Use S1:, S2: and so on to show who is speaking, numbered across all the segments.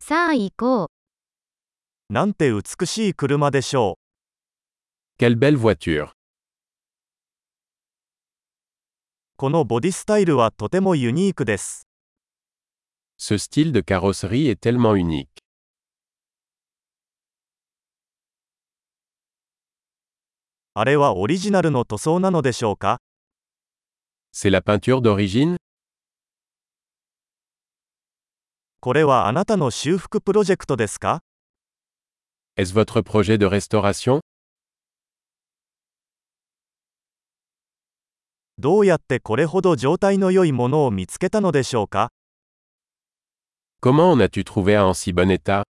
S1: さあ行こう。
S2: なんて美しい車でしょ
S3: Quelle belle voiture.
S2: う。このボディスタイルはとてもユニークです。
S3: Ce style de carrosserie est tellement unique.
S2: あれはオリジナルの塗装なのでしょうか
S3: C'est la peinture d'origine
S2: これはあなたの修復プロジェクトですか
S3: Est-ce votre projet de restauration
S2: どうやってこれほど状態の良いものを見つけたのでしょうか
S3: Comment en as-tu trouvé un en si bon état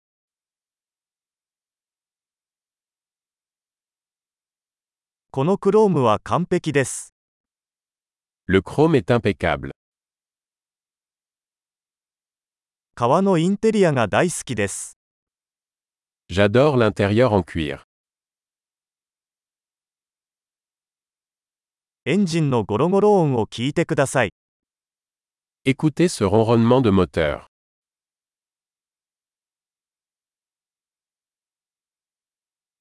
S2: このクロームは完璧です。
S3: Le chrome est impeccable.
S2: 革のインテリアが大好きです。
S3: J'adore l'intérieur en cuir.
S2: エンジンのゴロゴロ音を聞いてください。
S3: Écoutez ce ronronnement de moteur.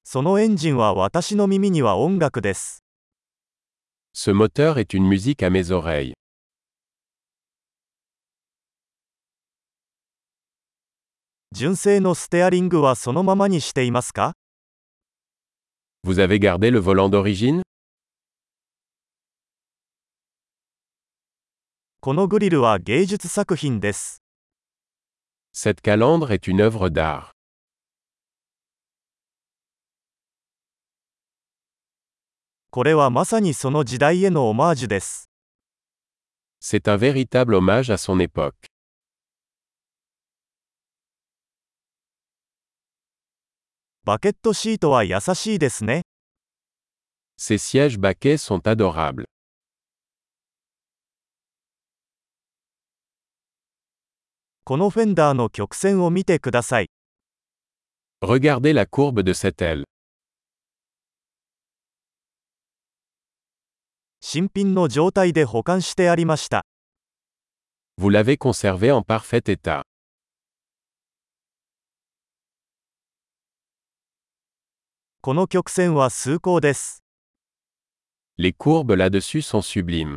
S2: そのエンジンは私の耳には音楽です。
S3: Ce moteur est une musique à mes oreilles.
S2: 純正のステアリングはそのままにしていますか
S3: Vous avez gardé le volant d'origine
S2: このグリルは芸術作品です。
S3: Cette calandre est une œuvre d'art.
S2: これはまさにその時代へのオマージュです。
S3: C'est un véritable hommage à son époque.
S2: バケットシートは優しいですね。
S3: Ces sièges baquets sont adorables.
S2: このフェンダーの曲線を見てください。
S3: Regardez la courbe de cette aile.
S2: 新品の状態で保管してありました。
S3: Vous l'avez conservé en parfait état.
S2: この曲線は崇高です。
S3: Les courbes là-dessus sont sublimes.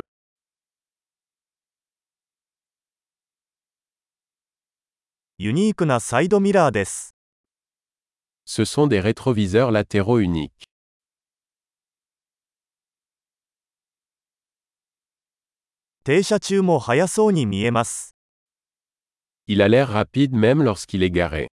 S2: ユニークなサイドミラーです。
S3: Ce sont des rétroviseurs latéraux uniques.
S2: 停車中も速そうに見えます。
S3: Il a l'air rapide même lorsqu'il est garé.